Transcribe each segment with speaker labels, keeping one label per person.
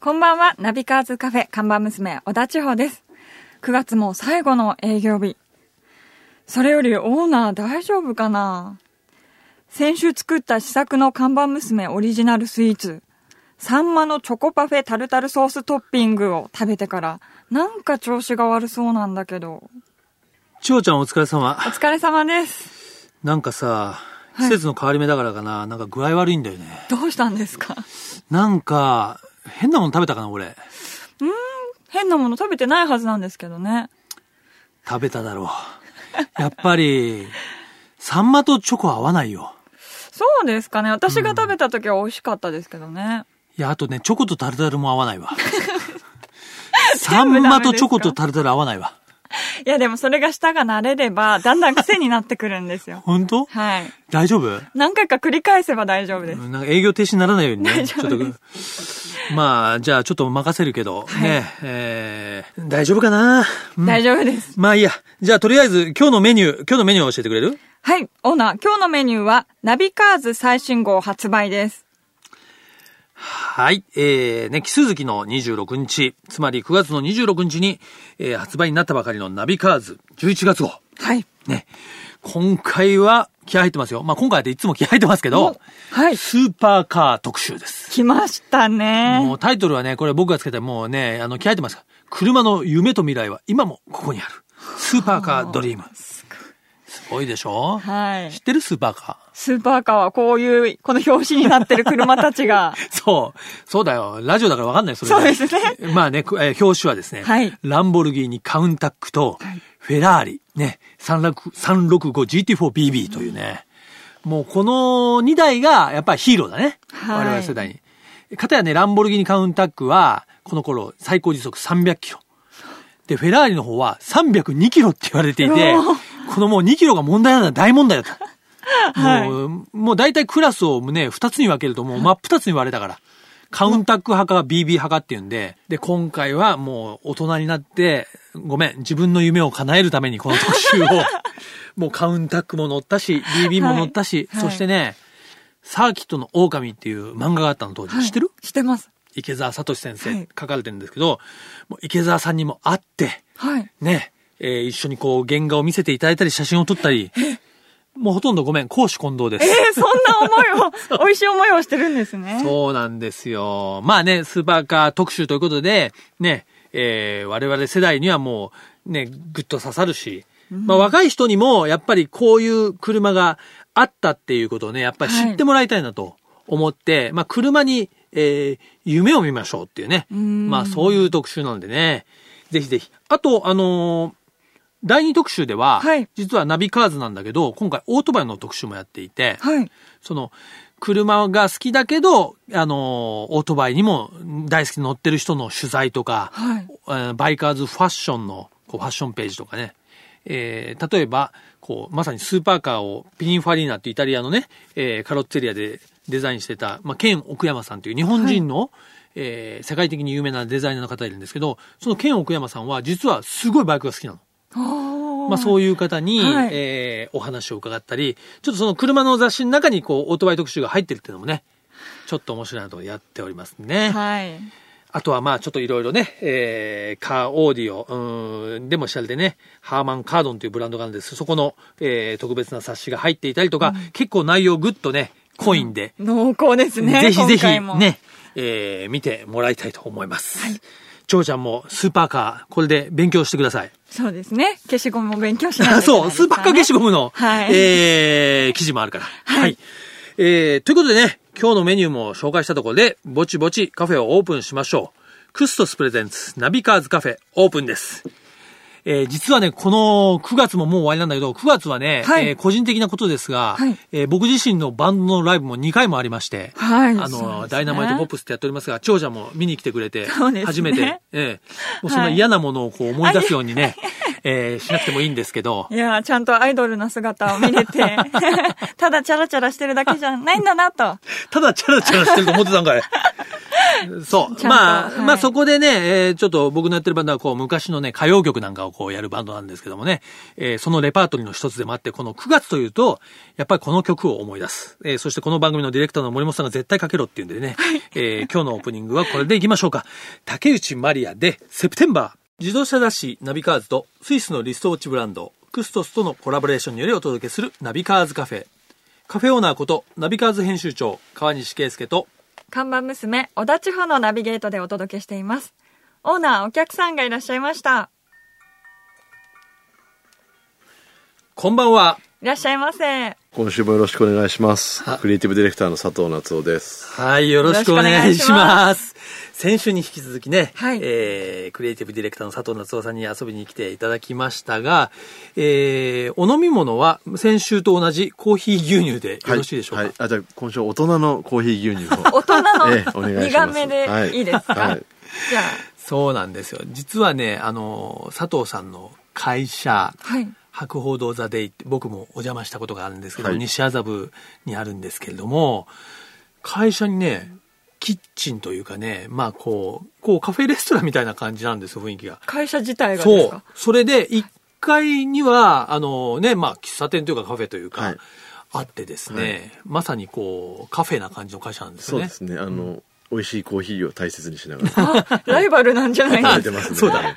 Speaker 1: こんばんは、ナビカーズカフェ看板娘、小田千穂です。9月も最後の営業日。それよりオーナー大丈夫かな先週作った試作の看板娘オリジナルスイーツ、サンマのチョコパフェタルタルソーストッピングを食べてから、なんか調子が悪そうなんだけど。
Speaker 2: 千代ちゃんお疲れ様
Speaker 1: お。疲れ様です。
Speaker 2: なんかさ、
Speaker 1: い
Speaker 2: 季節の変わり目だからかな、なんか具合悪いんだよね。
Speaker 1: どうしたんですか
Speaker 2: なんか、変なもの食べたかな、俺。
Speaker 1: 変なもの食べてないはずなんですけどね。
Speaker 2: 食べただろ う。やっぱり、サンマとチョコ合わないよ。
Speaker 1: そうですかね。私が食べた時は美味しかったですけどね。
Speaker 2: いや、あとね、チョコとタルタルも合わな いわ。サンマとチョコとタルタル合わないわ。。
Speaker 1: いやでもそれが舌が慣れれば、だんだん癖になってくるんですよ
Speaker 2: 本当
Speaker 1: はい。
Speaker 2: 大丈夫
Speaker 1: 何回か繰り返せば大丈夫です。
Speaker 2: なんか営業停止にならないようにね。
Speaker 1: 大
Speaker 2: ち
Speaker 1: 丈
Speaker 2: ょっ
Speaker 1: 夫
Speaker 2: と
Speaker 1: で、
Speaker 2: まあ、じゃあちょっと任せるけど、ね、えー、大丈夫かな、うん
Speaker 1: 大丈夫です。
Speaker 2: まあいいや。じゃあとりあえず今日のメニュー、今日のメニューを教えてくれる
Speaker 1: はい。オーナー、今日のメニューは、ナビカーズ最新号発売です。
Speaker 2: はい。えー、ね、奇数月の26日、つまり9月の26日に、えー発売になったばかりのナビカーズ11月号。
Speaker 1: はい。
Speaker 2: ね。今回は気合入ってますよ。まあ今回っていつも気合入ってますけど、
Speaker 1: はい。
Speaker 2: スーパーカー特集です。
Speaker 1: 来ました
Speaker 2: も
Speaker 1: ね。
Speaker 2: うタイトルはね、これ僕がつけてもうね、あの、気合入ってます。車の夢と未来は今もここにある。スーパーカードリーム。すごいでしょ
Speaker 1: はい
Speaker 2: 知っ。てるスーパーカー。
Speaker 1: スーパーカーはこういう、この表紙になってる車たち が、
Speaker 2: そう。そうだよ。ラジオだからわかんない、それが
Speaker 1: そうですね。
Speaker 2: まあね、くえー表紙はですね、
Speaker 1: はい
Speaker 2: ランボルギーニカウンタックと、フェラーリ、ね、365GT4BB というね、もうこの2台がやっぱりヒーローだね。
Speaker 1: はい
Speaker 2: 我々世代に。かたやね、ランボルギーニカウンタックは、この頃最高時速300キロ。で、フェラーリの方は302キロって言われていて
Speaker 1: うお、
Speaker 2: このもう2キロが問題なんだ、大問題だった。
Speaker 1: はい
Speaker 2: もう、もう大体クラスをね、二つに分けるともう真っ二つに割れたから。カウンタック派か BB 派かっていうんで、で、今回はもう大人になって、ごめん、自分の夢を叶えるためにこの特集を、 もうカウンタックも乗ったし、BB も乗ったし、
Speaker 1: はい
Speaker 2: そしてね、サーキットの狼っていう漫画があったの当時、知ってる
Speaker 1: 知ってます。
Speaker 2: 池澤聡先生、
Speaker 1: はい
Speaker 2: 書かれてるんですけど、もう池澤さんにも会って、
Speaker 1: はい。
Speaker 2: ね、えー一緒にこう原画を見せていただいたり、写真を撮ったり、もうほとんどごめん、公私混同で
Speaker 1: えーそ
Speaker 2: す。、
Speaker 1: んな思いを、美味しい思いをしてるんですね。
Speaker 2: そうなんですよ。まあね、スーパーカー特集ということで、ね、えー我々世代にはもう、ね、ぐっと刺さるし、まあ若い人にも、やっぱりこういう車があったっていうことをね、やっぱり知ってもらいたいなと思って、まあ車に、えー夢を見ましょうっていうね、
Speaker 1: ん
Speaker 2: まあそういう特集なんでね、ぜひぜひ。あと、あのー第2特集では、
Speaker 1: はい
Speaker 2: 実はナビカーズなんだけど、今回オートバイの特集もやっていて、
Speaker 1: はい。
Speaker 2: その、車が好きだけど、あのー、オートバイにも大好きに乗ってる人の取材とか、
Speaker 1: はい。
Speaker 2: えーバイカーズファッションのこうファッションページとかね、えー例えば、こう、まさにスーパーカーをピニンファリーナっていうイタリアのね、えーカロッツェリアでデザインしてた、まあ、ケン奥山さんという日本人の、えー世界的に有名なデザイナーの方がいるんですけど、そのケン奥山さんは実はすごいバイクが好きなの。
Speaker 1: ま
Speaker 2: まあ、そういう方に、
Speaker 1: はい
Speaker 2: えーお話を伺ったり、ちょっとその車の雑誌の中にこう、オートバイ特集が入ってるっていうのもね、ちょっと面白いなとやっておりますね。
Speaker 1: はい。
Speaker 2: あとはまあ、ちょっといろいろね、えーカーオーディオ、うーん、でも調べてね、ハーマン・カードンというブランドがあるんですそこの、えー特別な冊子が入っていたりとか、結構内容グッとね、コインで、
Speaker 1: 濃厚ですね。
Speaker 2: ぜひぜひ
Speaker 1: 今回も。
Speaker 2: ね、えー見てもらいたいと思います。長ちゃんもスーパーカー、これで勉強してください。
Speaker 1: そうですね。消しゴムも勉強しないといけないですからね、
Speaker 2: そう、スーパーカー消しゴムの、
Speaker 1: はい
Speaker 2: えー、記事もあるから。はい。えー、ということでね、今日のメニューも紹介したところで、ぼちぼちカフェをオープンしましょう。クストスプレゼンツナビカーズカフェオープンです。えー、実はね、この9月ももう終わりなんだけど、9月はね、
Speaker 1: はい
Speaker 2: えー個人的なことですが、
Speaker 1: はい
Speaker 2: えー僕自身のバンドのライブも2回もありまして、
Speaker 1: はい
Speaker 2: あ
Speaker 1: そうです
Speaker 2: の、
Speaker 1: ね
Speaker 2: ダイナマイトポップスってやっておりますが、長者も見に来てくれて、
Speaker 1: そうですね
Speaker 2: 初めて、えー、もうそんな嫌なものをこう思い出すようにね、えーしなくてもいいんですけど
Speaker 1: い、やー、ちゃんとアイドルの姿を見れて、ただチャラチャラしてるだけじゃないんだなと。
Speaker 2: ただチャラチャラしてると思ってたんかい。
Speaker 1: ちゃ
Speaker 2: そ
Speaker 1: ん
Speaker 2: う。
Speaker 1: と
Speaker 2: まあ、
Speaker 1: はい
Speaker 2: まあそこでね、えーちょっと僕のやってるバンドはこう昔のね、歌謡曲なんかをこうやるバンドなんですけどもね、えーそのレパートリーの一つでもあって、この9月というと、やっぱりこの曲を思い出す。えーそしてこの番組のディレクターの森本さんが絶対かけろっていうんでね、えー今日のオープニングはこれでいきましょうか。竹内まりやで、セプテンバー。自動車雑誌ナビカーズとスイスのリストウォッチブランド、クストスとのコラボレーションによりお届けするナビカーズカフェ。カフェオーナーこと、ナビカーズ編集長、川西圭介と、
Speaker 1: 看板娘、小田地方のナビゲートでお届けしています。オーナー、お客さんがいらっしゃいました。
Speaker 2: こんばんは。
Speaker 1: いらっしゃいませ。
Speaker 3: 今週もよろしくお願いします
Speaker 2: は。
Speaker 3: クリエイティブディレクターの佐藤夏夫です。
Speaker 2: はい、よろしくお願いします。先週に引き続きね、
Speaker 1: はい
Speaker 2: えー、クリエイティブディレクターの佐藤夏夫さんに遊びに来ていただきましたが、えー、お飲み物は先週と同じコーヒー牛乳でよろしいでしょうか、
Speaker 3: はい。あ、じゃあ今週大人のコーヒー牛乳を。
Speaker 1: 大人の
Speaker 3: ええ、お 願いし
Speaker 1: 苦
Speaker 3: ま
Speaker 1: め
Speaker 3: す。
Speaker 1: でいいですか、
Speaker 3: はいはい
Speaker 1: じゃあ、
Speaker 2: そうなんですよ。実はね、あの、佐藤さんの会社、
Speaker 1: はい。
Speaker 2: 博報堂座でって僕もお邪魔したことがあるんですけど、
Speaker 3: はい
Speaker 2: 西麻布にあるんですけれども会社にねキッチンというかねまあこうこうカフェレストランみたいな感じなんですよ雰囲気が。
Speaker 1: 会社自体がで
Speaker 2: そ
Speaker 1: す
Speaker 2: う
Speaker 1: か
Speaker 2: それで1階にはあのねまあ喫茶店というかカフェというか、
Speaker 3: はい
Speaker 2: あってですね、まさにこうカフェな感じの会社なんですよ
Speaker 3: そうで
Speaker 2: ね。
Speaker 3: すね。あの、美味しいコーヒーを大切にしながら
Speaker 1: あ、ライバルなんじゃない
Speaker 3: 食
Speaker 1: で
Speaker 3: べ
Speaker 1: す
Speaker 3: てますね。
Speaker 2: そうだね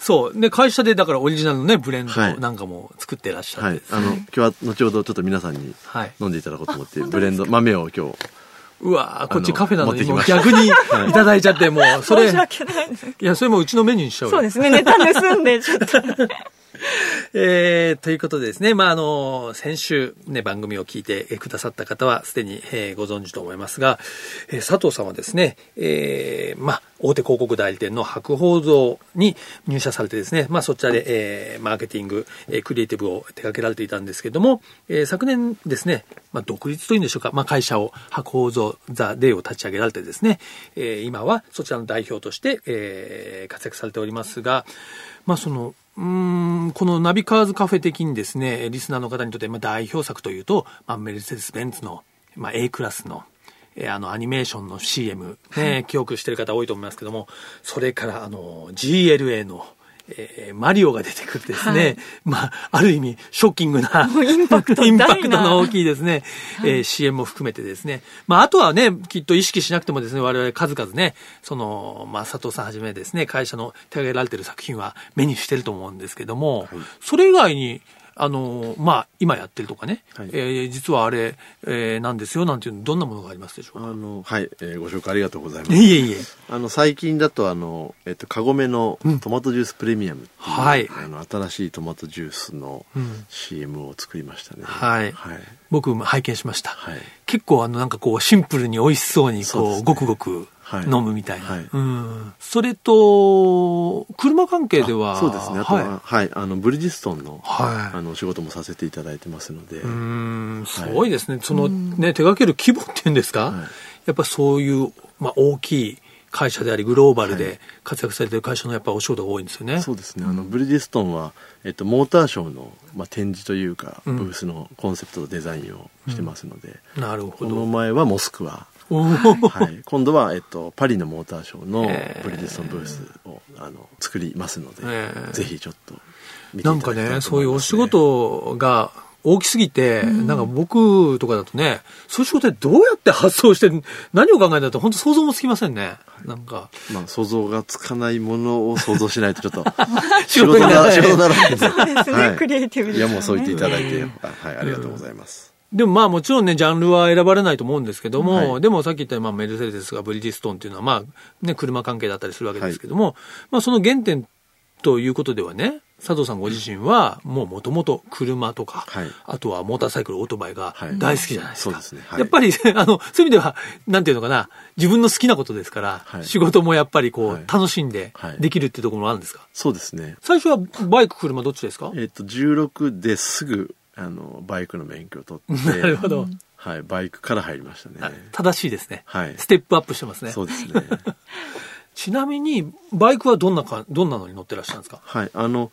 Speaker 2: そうで会社でだからオリジナルのねブレンド
Speaker 3: はい
Speaker 2: なんかも作ってらっしゃ
Speaker 3: は
Speaker 2: っ
Speaker 3: い
Speaker 2: て、。
Speaker 3: あの、今日は後ほどちょっと皆さんに
Speaker 2: はい
Speaker 3: 飲んでいただこうと思って、ブレンド、豆を今日、
Speaker 2: うわーこっちカフェなのにも
Speaker 3: 持
Speaker 2: う
Speaker 3: ってきまし
Speaker 2: 逆に いただいちゃって、もう、そ
Speaker 1: か
Speaker 2: れ、
Speaker 1: 申し
Speaker 2: い
Speaker 1: 訳ないです。
Speaker 2: や、それもうちのメニューにしちゃうよ
Speaker 1: そうですね、ネタ盗んで、ちょっと。
Speaker 2: えーということでですね、まあ、あの、先週ね、番組を聞いてえーくださった方は、すでに、えーご存知と思いますが、えー佐藤さんはですね、えーまあ、大手広告代理店の白宝像に入社されてですね、まあ、そちらで、えーマーケティング、えークリエイティブを手掛けられていたんですけども、えー昨年ですね、まあ、独立というんでしょうか、まあ、会社を、白宝像ザ・デイを立ち上げられてですね、えー今はそちらの代表として、えー活躍されておりますが、まあ、その、うーんこのナビカーズカフェ的にですね、リスナーの方にとってまあ代表作というと、まあ、メルセデス・ベンツの、まあ、A クラスの、えーあの、アニメーションの CM、ね、記憶してる方多いと思いますけども、それから、あの、GLA の、えーマリオが出てくるですね、
Speaker 1: はい
Speaker 2: まあ、ある意味、ショッキングな、
Speaker 1: うインパクト大な
Speaker 2: インパクトの大きいですね、えー CM も含めてですね。まあ、あとはね、きっと意識しなくてもですね、我々数々ね、その、まあ、佐藤さんはじめですね、会社の手がけられてる作品は目にしてると思うんですけども、それ以外に、あの、まあ、今やってるとかね、
Speaker 3: はい
Speaker 2: えー実はあれ、えーなんですよ、なんていうの、どんなものがありますでしょ
Speaker 3: あ
Speaker 2: うか。
Speaker 3: の、はい、えーご紹介ありがとうございま
Speaker 2: いえ
Speaker 3: す。
Speaker 2: いえいえ。
Speaker 3: あの、最近だとあの、えっと、カゴメのトマトジュースプレミアムっていう、
Speaker 2: はい
Speaker 3: あの、新しいトマトジュースの CM を作りましたね。
Speaker 2: はい
Speaker 3: はい。
Speaker 2: 僕も拝見しました。
Speaker 3: はい
Speaker 2: 結構あのなんかこうシンプルに美味しそうに
Speaker 3: そう
Speaker 2: こう
Speaker 3: ですね
Speaker 2: ごくごく
Speaker 3: はい
Speaker 2: 飲むみたいな。
Speaker 3: はい
Speaker 2: うん。それと、車関係では。
Speaker 3: そうですねあと
Speaker 2: はい。
Speaker 3: は、はいあのブリヂストンの,、
Speaker 2: はい
Speaker 3: あのお仕事もさせていただいてますので、
Speaker 2: うん、すごいですね。そのね、手掛ける規模っていうんですか、
Speaker 3: はい
Speaker 2: やっぱそういう、まあ大きい会社であり、グローバルで活躍されてる会社のやっぱお仕事が多いんですよね。
Speaker 3: そうですねあのブリヂストンは、えっと、モーターショーの、まあ、展示というか、
Speaker 2: うん
Speaker 3: ブースのコンセプトとデザインをしてますので、
Speaker 2: なるほ
Speaker 3: この
Speaker 2: ど。
Speaker 3: 前はモスクワ、
Speaker 2: おー
Speaker 3: はい、今度は、えっと、パリのモーターショーの
Speaker 2: えー
Speaker 3: ブリヂストンブースを、あの作りますので、
Speaker 2: えー
Speaker 3: ぜひちょっと見ていた
Speaker 2: な
Speaker 3: だ
Speaker 2: ん
Speaker 3: きた
Speaker 2: か
Speaker 3: いと思います、
Speaker 2: ね、そういうお仕事が大きすぎて、なんか僕とかだとね、そういう仕事でどうやって発想して、何を考えたと本当想像もつきませんね。なんか、
Speaker 3: まあ、想像がつかないものを想像しないとちょっと
Speaker 2: 仕事にならない
Speaker 3: 仕事にならないで
Speaker 1: そうですね、
Speaker 3: はい
Speaker 1: クリエイティブです
Speaker 3: い
Speaker 1: よ
Speaker 3: や
Speaker 1: ね。
Speaker 3: もうそう言っていただいて、あはい、ありがとうございます。
Speaker 2: でもまあもちろんね、ジャンルは選ばれないと思うんですけども、
Speaker 3: はい
Speaker 2: でもさっき言ったようにまあメルセデスがブリヂストンっていうのはまあね、車関係だったりするわけですけども、まあその原点ということではね、佐藤さんご自身はもうもともと車とか、
Speaker 3: はい
Speaker 2: あとはモーターサイクル、オートバイが
Speaker 3: はい
Speaker 2: 大好きじゃないですか。
Speaker 3: そうですねはい
Speaker 2: やっぱり、 あの、そういう意味では、なんていうのかな、自分の好きなことですから、
Speaker 3: はい
Speaker 2: 仕事もやっぱりこう、
Speaker 3: はい
Speaker 2: 楽しんで
Speaker 3: はい
Speaker 2: できるっていうところもあるんですか
Speaker 3: そうですね。
Speaker 2: 最初はバイク、車どっちですか
Speaker 3: えっ、と16ですぐあのバイクの免許を取っ
Speaker 2: なる
Speaker 3: て、
Speaker 2: ほど。
Speaker 3: はい、バイクから入りましたね
Speaker 2: あ。正しいですね。
Speaker 3: はい
Speaker 2: ステップアップしてますね。
Speaker 3: そうですね。
Speaker 2: ちなみに、バイクはどんなか、どんなのに乗ってらっしゃるんですか
Speaker 3: はい、あの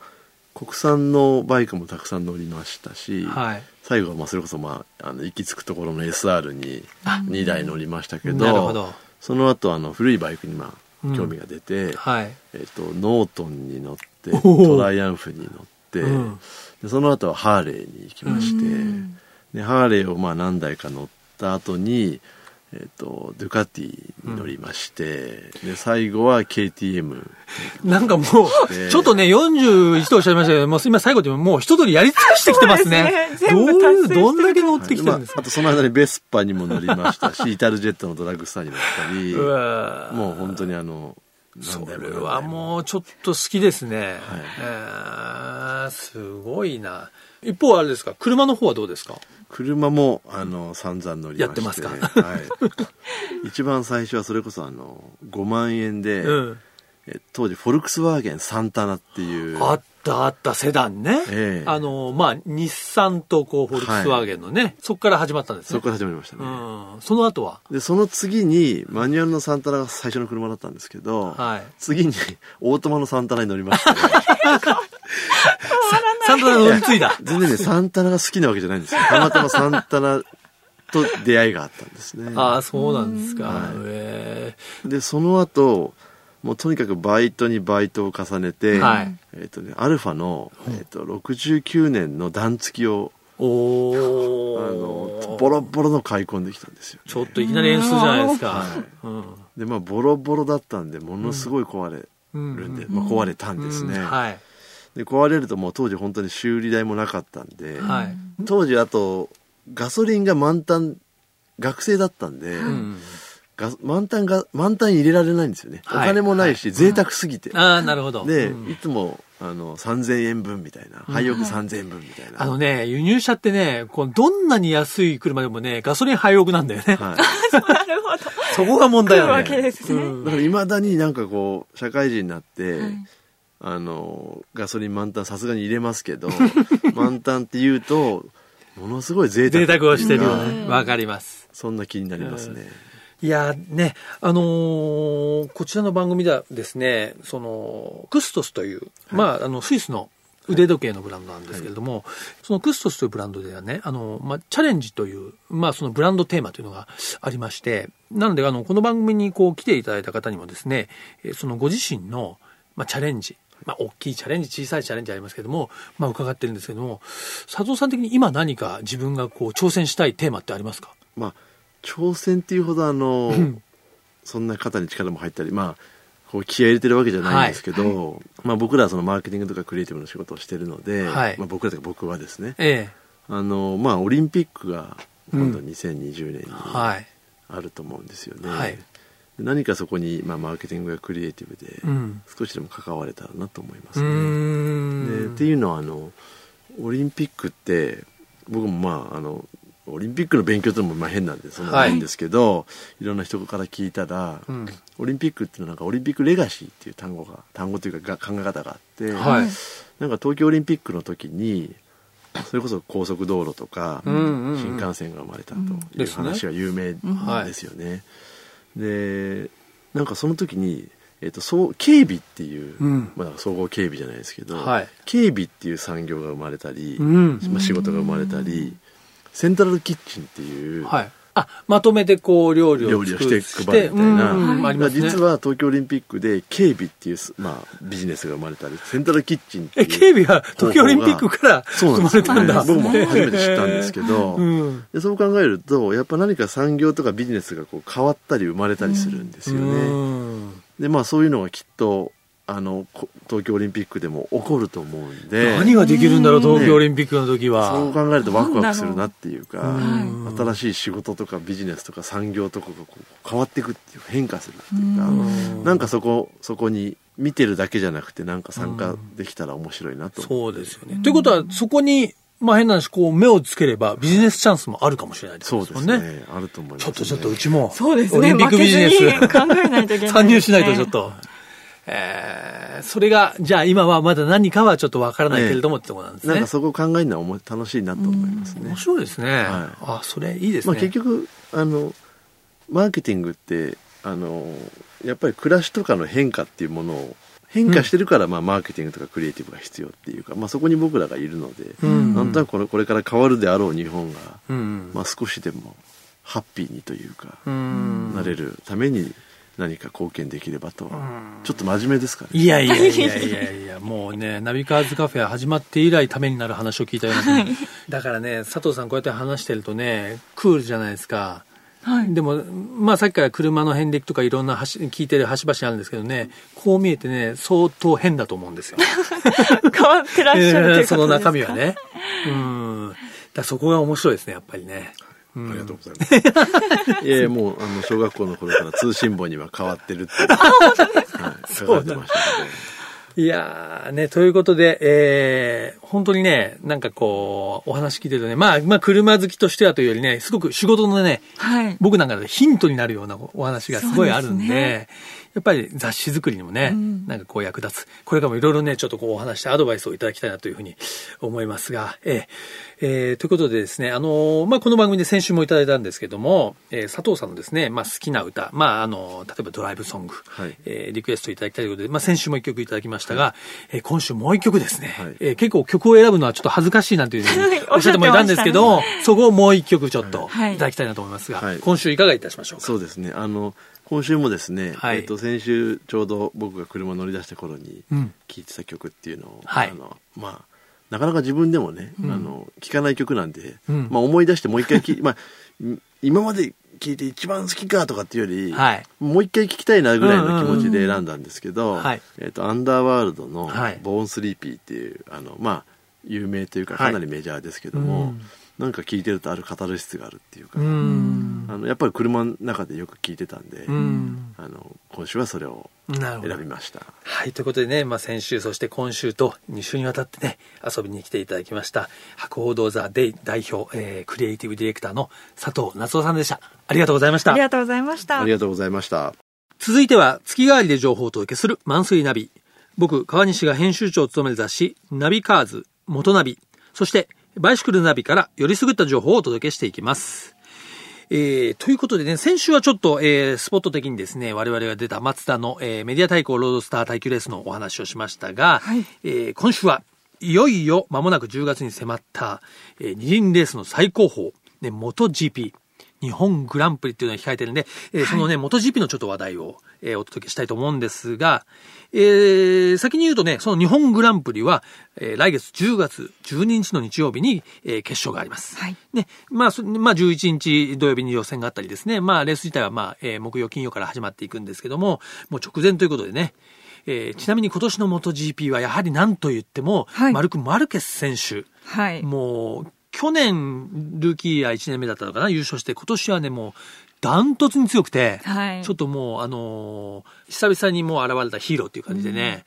Speaker 3: 国産のバイクもたくさん乗りましたし、
Speaker 2: はい。
Speaker 3: 最後はまあそれこそまああの行き着くところの SR に2台乗りましたけど、
Speaker 2: なるほど
Speaker 3: その後あの古いバイクにま
Speaker 2: うん
Speaker 3: あ興味が出て、
Speaker 2: はい。
Speaker 3: えっとノートンに乗って
Speaker 2: おお
Speaker 3: トライアンフに乗って、
Speaker 2: うん
Speaker 3: でその後はハーレーに行きまして、
Speaker 1: うん
Speaker 3: でハーレーをまあ何台か乗った後にえっとドゥカティに乗りまして、で最後は KTM
Speaker 2: なんかもう、
Speaker 3: ね
Speaker 2: ちょっとね、41とおっしゃいましたけど、もう今最後でももう一通りやり尽くしてきてますね。
Speaker 1: そうですね全部
Speaker 2: どうい
Speaker 1: 達
Speaker 2: う、
Speaker 1: 成してる
Speaker 2: どんだけ乗ってきてるんですか、
Speaker 3: まあ、あとその間にベスパにも乗りまし たしイタルジェットのドラッグスターに乗ったり
Speaker 2: うわー
Speaker 3: もう本当にあの
Speaker 2: そ
Speaker 3: 何
Speaker 2: れ
Speaker 3: 台も何台も
Speaker 2: はもうちょっと好きですね。
Speaker 3: はい
Speaker 2: えーすごいな。一方あれですか、車の方はどうですか
Speaker 3: 車もあの散々乗りまして
Speaker 2: やってますか
Speaker 3: はい、 一番最初はそれこそあの5万円で、
Speaker 2: うん。
Speaker 3: え当時フォルクスワーゲンサンタナっていう
Speaker 2: あったあったセダンね。
Speaker 3: ええ
Speaker 2: あの、まあ、日産とこう、フォルクスワーゲンのね、そこから始まったんです
Speaker 3: そ
Speaker 2: ね
Speaker 3: こ。から始まりましたね、
Speaker 2: うん。その後は
Speaker 3: でその次にマニュアルのサンタナが最初の車だったんですけど、
Speaker 2: はい。
Speaker 3: 次にオートマのサンタナに乗りまして
Speaker 2: サンタナ乗り継いだ。
Speaker 3: 全然ねサンタナが好きなわけじゃないんですよたまたまサンタナと出会いがあったんですね
Speaker 2: ああ、そうなんですか
Speaker 3: はい。
Speaker 2: え
Speaker 3: でその後もうとにかくバイトにバイトを重ね
Speaker 2: え
Speaker 3: て、
Speaker 2: はい。
Speaker 3: えっ、とねアルファの、えっと69年の段付きを
Speaker 2: お
Speaker 3: あ
Speaker 2: ー
Speaker 3: のボロボロの買い込んできたんですよ、
Speaker 2: ちょっといきなり演出じゃないですか。
Speaker 3: でまあボロボロだったんでものすごい壊れ
Speaker 2: うん
Speaker 3: るんで、
Speaker 2: う
Speaker 3: まあ、壊れたんですね、
Speaker 2: うんはい。
Speaker 3: で壊れるともう当時本当に修理代もなかったんで、
Speaker 2: はい。
Speaker 3: 当時あとガソリンが満タン学生だったんで、
Speaker 2: うん
Speaker 3: ガ満タンが満タン入れられないんですよね、
Speaker 2: はい
Speaker 3: お金もないし、贅沢すぎて、
Speaker 2: ああ、なるほど。
Speaker 3: で、
Speaker 2: うん
Speaker 3: いつもあの3000円分みたいな廃屋3000円分みたいな、
Speaker 2: あのね、輸入車ってね、こうどんなに安い車でもね、ガソリン廃屋なんだよね。
Speaker 3: はい、
Speaker 1: なるほど。
Speaker 2: そこが問題
Speaker 1: 来る
Speaker 2: な
Speaker 1: わ
Speaker 2: ん
Speaker 1: けですね。
Speaker 3: だからいまだになんかこう社会人になって、
Speaker 1: はい
Speaker 3: あのガソリン満タンさすがに入れますけど 満タンって言うとものすごい贅沢
Speaker 2: 贅沢をしてるよ
Speaker 3: っていうか
Speaker 2: ね。わかります。
Speaker 3: そんな気になりますね、
Speaker 2: いやーね、あのーこちらの番組ではですね、その、クストスという、まあ、あの、スイスの腕時計のブランドなんですけれども、そのクストスというブランドではね、あの、まあ、チャレンジという、まあ、そのブランドテーマというのがありまして、なので、あの、この番組にこう来ていただいた方にもですね、えーそのご自身の、まあ、チャレンジ、まあ、大きいチャレンジ、小さいチャレンジありますけども、まあ、伺ってるんですけども、佐藤さん的に今何か自分がこう、挑戦したいテーマってありますか
Speaker 3: まあ挑戦っていうほどあの、
Speaker 2: ん
Speaker 3: そんな肩に力も入ったりまあこう気合い入れてるわけじゃないんですけど、まあ、僕らはそのマーケティングとかクリエイティブの仕事をしてるので、
Speaker 2: はい
Speaker 3: まあ、僕らというか僕はですね
Speaker 2: ええ
Speaker 3: あの、まあ、オリンピックが今度
Speaker 2: う
Speaker 3: 2020年に
Speaker 2: はい。
Speaker 3: あると思うんですよね、
Speaker 2: はい
Speaker 3: で何かそこに、まあ、マーケティングやクリエイティブで
Speaker 2: うん。
Speaker 3: 少しでも関われたらなと思いま
Speaker 2: う
Speaker 3: すね、で
Speaker 2: ーん
Speaker 3: っていうのはあのオリンピックって僕もまああのオリンピックの勉強というのもまあ変なんでそんなの
Speaker 2: はい
Speaker 3: ないんですけど、い、ろんな人から聞いたら、
Speaker 2: うん
Speaker 3: オリンピックっていうのはなんかオリンピックレガシーっていう単語が単語というかが考え方があって、
Speaker 2: はい。
Speaker 3: なんか東京オリンピックの時にそれこそ高速道路とか、
Speaker 2: うんうんうん
Speaker 3: 新幹線が生まれたと
Speaker 2: で
Speaker 3: いう
Speaker 2: すね
Speaker 3: 話が有名ですよね。でなんかその時に、えっとそう警備っていう、
Speaker 2: うん
Speaker 3: まあ、総合警備じゃないですけど、
Speaker 2: はい
Speaker 3: 警備っていう産業が生まれたり、
Speaker 2: うん。
Speaker 3: まあ、仕事が生まれたりセントラルキッチンっていう、
Speaker 2: はい。あ、まとめてこう料理を
Speaker 3: 料理をして
Speaker 2: 作
Speaker 3: 配るみたいな、
Speaker 2: うんうん
Speaker 1: はい
Speaker 2: ありますね。
Speaker 3: 実は東京オリンピックで警備っていう、まあ、ビジネスが生まれたりセントラルキッチンってい
Speaker 2: え、
Speaker 3: う
Speaker 2: 警備は東京オリンピックから
Speaker 3: そう
Speaker 2: 生
Speaker 3: なんで
Speaker 2: ます
Speaker 3: よ
Speaker 2: れたんだ。
Speaker 3: 僕も初めて知ったんですけど、
Speaker 2: うん。
Speaker 3: でそう考えるとやっぱ何か産業とかビジネスがこう変わったり生まれたりするんですよね、
Speaker 2: うん
Speaker 3: でまあそういうのがきっとあのこ東京オリンピックでも起こると思うんで
Speaker 2: 何ができるんだろう、東京オリンピックの時
Speaker 3: そう
Speaker 2: は。
Speaker 3: 考えるとワクワクするなっていうか
Speaker 1: なん
Speaker 2: だろう
Speaker 3: 新しい仕事とかビジネスとか産業とかがこう変わっていくっていう変化するっていうか、
Speaker 2: うん
Speaker 3: なんかそこそこに見てるだけじゃなくてなんか参加できたら面白いなと、
Speaker 2: そうですよね。ということは、そこに、まあ変な話、こう目をつければビジネスチャンスもあるかもしれないって
Speaker 3: そ
Speaker 2: こ
Speaker 3: う
Speaker 2: と
Speaker 3: で
Speaker 2: ですすも
Speaker 3: ね
Speaker 2: んね。
Speaker 3: あると思います、
Speaker 2: ちょ
Speaker 3: ね、
Speaker 2: っとちょっとうちも、
Speaker 1: そうです
Speaker 2: オリ
Speaker 1: ね。
Speaker 2: ンピッ
Speaker 1: 負
Speaker 2: ク
Speaker 1: け
Speaker 2: ビジ
Speaker 1: ず
Speaker 2: ネ
Speaker 1: に
Speaker 2: ス。
Speaker 1: 考えないといけないですね。
Speaker 2: 参入しないとちょっと、えー、それが、じゃあ今はまだ何かはちょっとわからないけれどもってとことなんですね。
Speaker 3: なんかそこを考えるのはおも楽しいなと思いますね、
Speaker 2: 面白いですね。あ、それいいですね。
Speaker 3: まあ、結局あのマーケティングってあのやっぱり暮らしとかの変化っていうものを変化してるから、まあ、マーケティングとかクリエイティブが必要っていうか、まあ、そこに僕らがいるので、
Speaker 2: うん
Speaker 3: なんとなくこれこれから変わるであろう日本が、
Speaker 2: うん、
Speaker 3: まあ、少しでもハッピーにというか、
Speaker 2: うん
Speaker 3: なれるために何か貢献できればと、
Speaker 2: ん
Speaker 3: ちょっと真面目ですかね
Speaker 2: いやいやいやいやいや、もうね、 ナビカーズカフェ始まって以来ためになる話を聞いたような気が、だからね、佐藤さんこうやって話してるとね、クールじゃないですか。
Speaker 1: はい。
Speaker 2: でも、まあさっきから車の遍歴とかいろんな橋聞いてる端々あるんですけどね、こう見えてね、相当変だと思うんですよ。
Speaker 1: 変わってらっしゃるということですか
Speaker 2: その中身は。ね。うん。だからそこが面白いですね、やっぱりね。う
Speaker 3: ありが
Speaker 2: ん
Speaker 3: とうございます。 いやいやもう、あの、小学校の頃から通信簿には変わってるって。はい、書かれてましたけど。
Speaker 2: いやーね、ということで、えー、本当にね、なんかこう、お話聞いてるとね、まあ、まあ、車好きとしてはというよりね、すごく仕事のね、
Speaker 1: はい。
Speaker 2: 僕なんかでヒントになるようなお話がすごいあるんで、
Speaker 1: そうですね
Speaker 2: やっぱり雑誌作りにもね、
Speaker 1: うん
Speaker 2: なんかこう役立つ。これからもいろいろね、ちょっとこうお話してアドバイスをいただきたいなというふうに思いますが、えーえーということでですね、あのーまあ、この番組で先週もいただいたんですけども、えー佐藤さんのですね、まあ、好きな歌、まあ、あのー例えばドライブソング、
Speaker 3: はい
Speaker 2: えーリクエストいただきたいということで、まあ、先週も一曲いただきましたが、えー今週もう一曲ですね、
Speaker 3: はい
Speaker 2: えー結構曲を選ぶのはちょっと恥ずかしいなんていうふうにお
Speaker 1: お
Speaker 2: っ
Speaker 1: っ
Speaker 2: し
Speaker 1: し
Speaker 2: ゃ
Speaker 1: ゃって
Speaker 2: っ
Speaker 1: て
Speaker 2: も
Speaker 1: ましたね
Speaker 2: いたんですけど、そこをもう一曲ちょっと
Speaker 1: はい
Speaker 2: いただきたいなと思いますが、
Speaker 3: はい
Speaker 2: 今週いかがいたしましょうか。
Speaker 3: そうですね。あの、今週もですね、
Speaker 2: はい
Speaker 3: えっと、先週ちょうど僕が車乗り出した頃に
Speaker 2: うん
Speaker 3: 聴いてた曲っていうのを、
Speaker 2: はい
Speaker 3: あの、まあ、なかなか自分でもね、あの、聴かない曲なんで、
Speaker 2: うん
Speaker 3: まあ思い出してもう一回 聴いまあ、ん今まで聴いて一番好きかとかっていうより、
Speaker 2: はい。
Speaker 3: もう一回聴きたいなぐらいの気持ちで選んだんですけど、
Speaker 2: うんうんはい
Speaker 3: えっと、アンダーワールドの
Speaker 2: はい
Speaker 3: 「ボーンスリーピーっていう、あの、まあ、有名というか
Speaker 2: はい
Speaker 3: かなりメジャーですけども、
Speaker 2: うん
Speaker 3: なんか聴いてるとあるカタルシスがあるっていうか、
Speaker 2: うん。
Speaker 3: あのやっぱり車の中でよく聴いてたんで、
Speaker 2: うん。
Speaker 3: あの今週はそれを
Speaker 2: なるほ
Speaker 3: 選
Speaker 2: ど
Speaker 3: び。ました。
Speaker 2: はい。ということでね、まあ、先週、そして今週と2週にわたってね、遊びに来ていただきました、博報堂座で代表、えー、クリエイティブディレクターの佐藤夏夫さんでした。ありがとうございまし
Speaker 1: あ
Speaker 2: た
Speaker 1: り。がとうございました
Speaker 3: あり。がとうございました。
Speaker 2: 続いては月替わりで情報をお届けするマンスリーナビ。僕、川西が編集長を務める雑誌、ナビカーズ、元ナビ、そして、バイシクルナビからよりすぐった情報をお届けしていきます。えー、ということでね、先週はちょっと、えー、スポット的にですね、我々が出た松田の、えー、メディア対抗ロードスター耐久レースのお話をしましたが、
Speaker 1: はい
Speaker 2: えー今週はいよいよ間もなく10月に迫った、えー二輪レースの最高峰、ね、元 GP。日本グランプリっていうのが控えてるんで、えーそのね、元 GP のちょっと話題を、えーお届けしたいと思うんですが、えー先に言うとね、その日本グランプリは、えー来月10月12日の日曜日に、えー決勝があります。
Speaker 1: はい
Speaker 2: ね、まあ、そまあ、11日土曜日に予選があったりですね、まあ、レース自体は、まあ、えー木曜、金曜から始まっていくんですけども、もう直前ということでね、えーちなみに今年の MotoGP はやはり何と言っても、
Speaker 1: はい
Speaker 2: マルク・マルケス選手、
Speaker 1: はい。
Speaker 2: もう、去年、ルーキーや1年目だったのかな、優勝して、今年はね、もう、ダントツに強くて、
Speaker 1: はい
Speaker 2: ちょっともう、あのー久々にもう現れたヒーローっていう感じでね、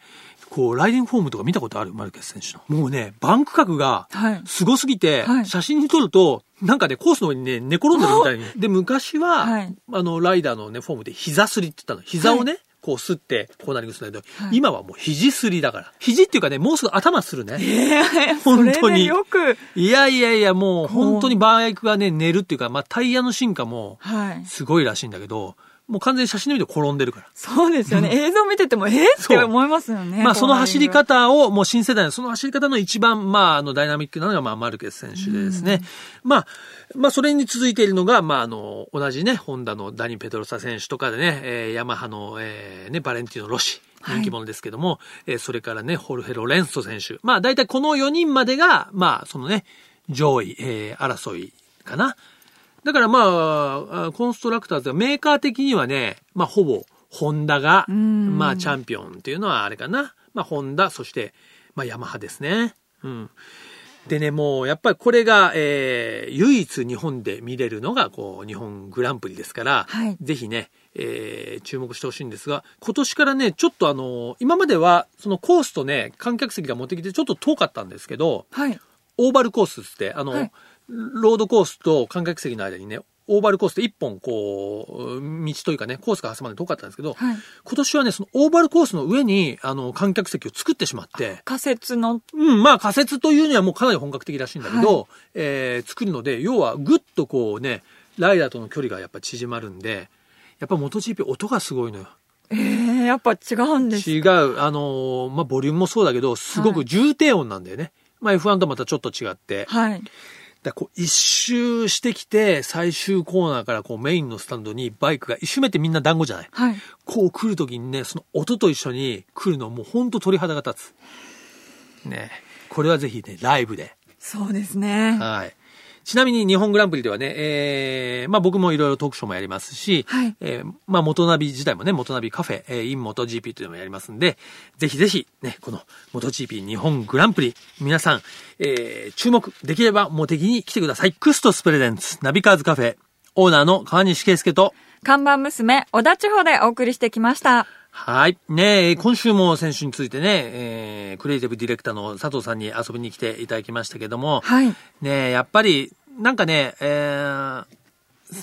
Speaker 2: こう、ライディングフォームとか見たことあるマルケス選手の。もうね、バンク角が
Speaker 1: はい、
Speaker 2: すごすぎて、
Speaker 1: はい
Speaker 2: 写真に撮ると、なんかね、コースの上にね、寝転んでるみたいに。で、昔は、
Speaker 1: はい
Speaker 2: あの、ライダーのね、フォームで膝すりって言ったの。膝をね、こう、すって、こうなりますんだけど、
Speaker 1: はい
Speaker 2: 今はもう肘すりだから。肘っていうかね、もうすぐ頭するね。
Speaker 1: そ
Speaker 2: 本
Speaker 1: れ
Speaker 2: 当
Speaker 1: で
Speaker 2: に
Speaker 1: よく、
Speaker 2: いやいやいや、もう本当にバイクがね、寝るっていうか、まあタイヤの進化も
Speaker 1: はい。
Speaker 2: すごいらしいんだけど、もう完全に写真の見て転んでるから。
Speaker 1: そうですよね。映像見てても、えーっ
Speaker 2: そう
Speaker 1: て思いますよね。
Speaker 2: まあその走り
Speaker 1: こ
Speaker 2: 方を、もう新世代のその走り方の一番、まああのダイナミックなのが、まあマルケス選手でですね。まあ、まあそれに続いているのが、まああの、同じね、ホンダのダニ・ペトロサ選手とかでね、えーヤマハの、えーね、バレンティーノ・ロシ。
Speaker 1: はい
Speaker 2: 人気者ですけども、えーそれからね、ホルヘロ・レンソ選手。まあ大体この4人までが、まあそのね、上位、えー争いかな。だからまああ、コンストラクターズがメーカー的にはね、まあほぼ、ホンダが、
Speaker 1: ん
Speaker 2: まあチャンピオンっていうのはあれかな。まあホンダ、そして、まあヤマハですね。うん。でね、もうやっぱりこれが、えー唯一日本で見れるのが、こう、日本グランプリですから、
Speaker 1: はい
Speaker 2: ぜひね、えー注目してほしいんですが、今年からね、ちょっとあの、今までは、そのコースとね、観客席が持ってきてちょっと遠かったんですけど、
Speaker 1: のはい。
Speaker 2: オーバルコースっつって、あの、
Speaker 1: はい
Speaker 2: ロードコースと観客席の間にね、オーバルコースで一本こう、道というかね、コースが挟まるの遠かったんですけど、
Speaker 1: はい。
Speaker 2: 今年はね、そのオーバルコースの上に、あの、観客席を作ってしまって、
Speaker 1: 仮説の、
Speaker 2: うん、まあ仮説というにはもうかなり本格的らしいんだけど、えー作るので、要はぐっとこうね、ライダーとの距離がやっぱ縮まるんで、やっぱ元 GP 音がすごいのよ。
Speaker 1: えー、やっぱ違うんです。
Speaker 2: 違う、あのーまあボリュームもそうだけど、すごく重低音なんだよね。まあ F1 とまたちょっと違って。
Speaker 1: はい。
Speaker 2: だからこう一周してきて、最終コーナーからこうメインのスタンドにバイクが一周目ってみんな団子じゃない。
Speaker 1: はい。
Speaker 2: こう来るときにね、その音と一緒に来るのもうほんと鳥肌が立つ。ねこれはぜひね、ライブで。
Speaker 1: そうですね。
Speaker 2: はい。ちなみに日本グランプリではね、えー、まあ僕もいろいろトークショーもやりますし、
Speaker 1: はい
Speaker 2: えーまあ元ナビ自体もね、元ナビカフェ、えー、in 元 GP というのもやりますんで、ぜひぜひ、ね、この元 GP 日本グランプリ、皆さん、えー、注目、できればモテギに来てください。クストスプレゼンツ、ナビカーズカフェ、オーナーの川西圭介と、
Speaker 1: 看板娘、小田地方でお送りしてきました。
Speaker 2: はい。ねえ、今週も先週についてね、えー、クリエイティブディレクターの佐藤さんに遊びに来ていただきましたけども、
Speaker 1: はい。
Speaker 2: ねえ、やっぱり、なんかね、えー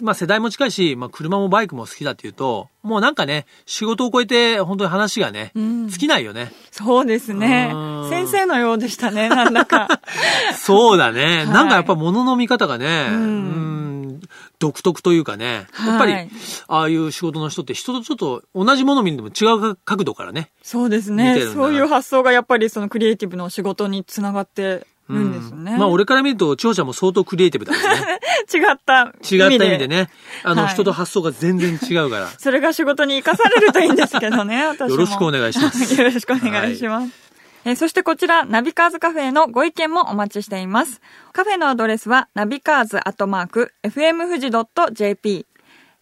Speaker 2: まあ世代も近いし、まあ車もバイクも好きだっていうと、もうなんかね、仕事を超えて本当に話がね、
Speaker 1: ん
Speaker 2: 尽きないよね。
Speaker 1: そうですね
Speaker 2: うー。ん
Speaker 1: 先生のようでしたね、 なんだか。
Speaker 2: そう だね。
Speaker 1: い
Speaker 2: なんかやっぱ物の見方がね、
Speaker 1: うん
Speaker 2: うん独特というかね、やっぱ
Speaker 1: はい
Speaker 2: り、ああいう仕事の人って人とちょっと同じもの見るでも違う角度からね、
Speaker 1: そうです
Speaker 2: 見て
Speaker 1: ね
Speaker 2: る。んだ
Speaker 1: そういう発想がやっぱりそのクリエイティブの仕事につながってるんですよね。
Speaker 2: まあ俺から見ると、千穂ちゃんも相当クリエイティブだからね。
Speaker 1: 違った
Speaker 2: 違った意味で。ね。あの、
Speaker 1: はい
Speaker 2: 人と発想が全然違うから。
Speaker 1: それが仕事に生かされるといいんですけど ね、私も。
Speaker 2: よろしくお願いしま す
Speaker 1: よろしくお願いします。えーそしてこちら、ナビカーズカフェへのご意見もお待ちしています。カフェのアドレスは、ナビカーズアットマーク、fmfuji.jp、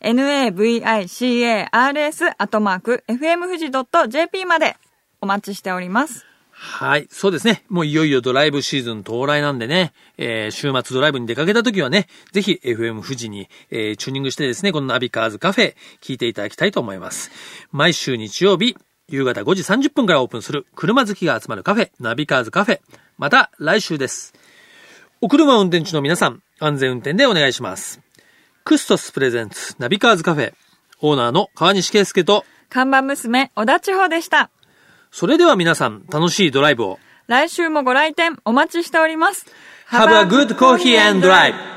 Speaker 1: navicars アットマーク、fmfuji.jp までお待ちしております。
Speaker 2: はい、そうですね。もういよいよドライブシーズン到来なんでね、えー週末ドライブに出かけた時はね、ぜひ FM 富士に、えーチューニングしてですね、このナビカーズカフェ、聞いていただきたいと思います。毎週日曜日、夕方5時30分からオープンする車好きが集まるカフェ、ナビカーズカフェ。また来週です。お車運転中の皆さん、安全運転でお願いします。クストスプレゼンツナビカーズカフェ、オーナーの川西圭介と、
Speaker 1: 看板娘、小田千穂でした。
Speaker 2: それでは皆さん、楽しいドライブを。
Speaker 1: 来週もご来店お待ちしております。
Speaker 2: Have a good coffee and drive!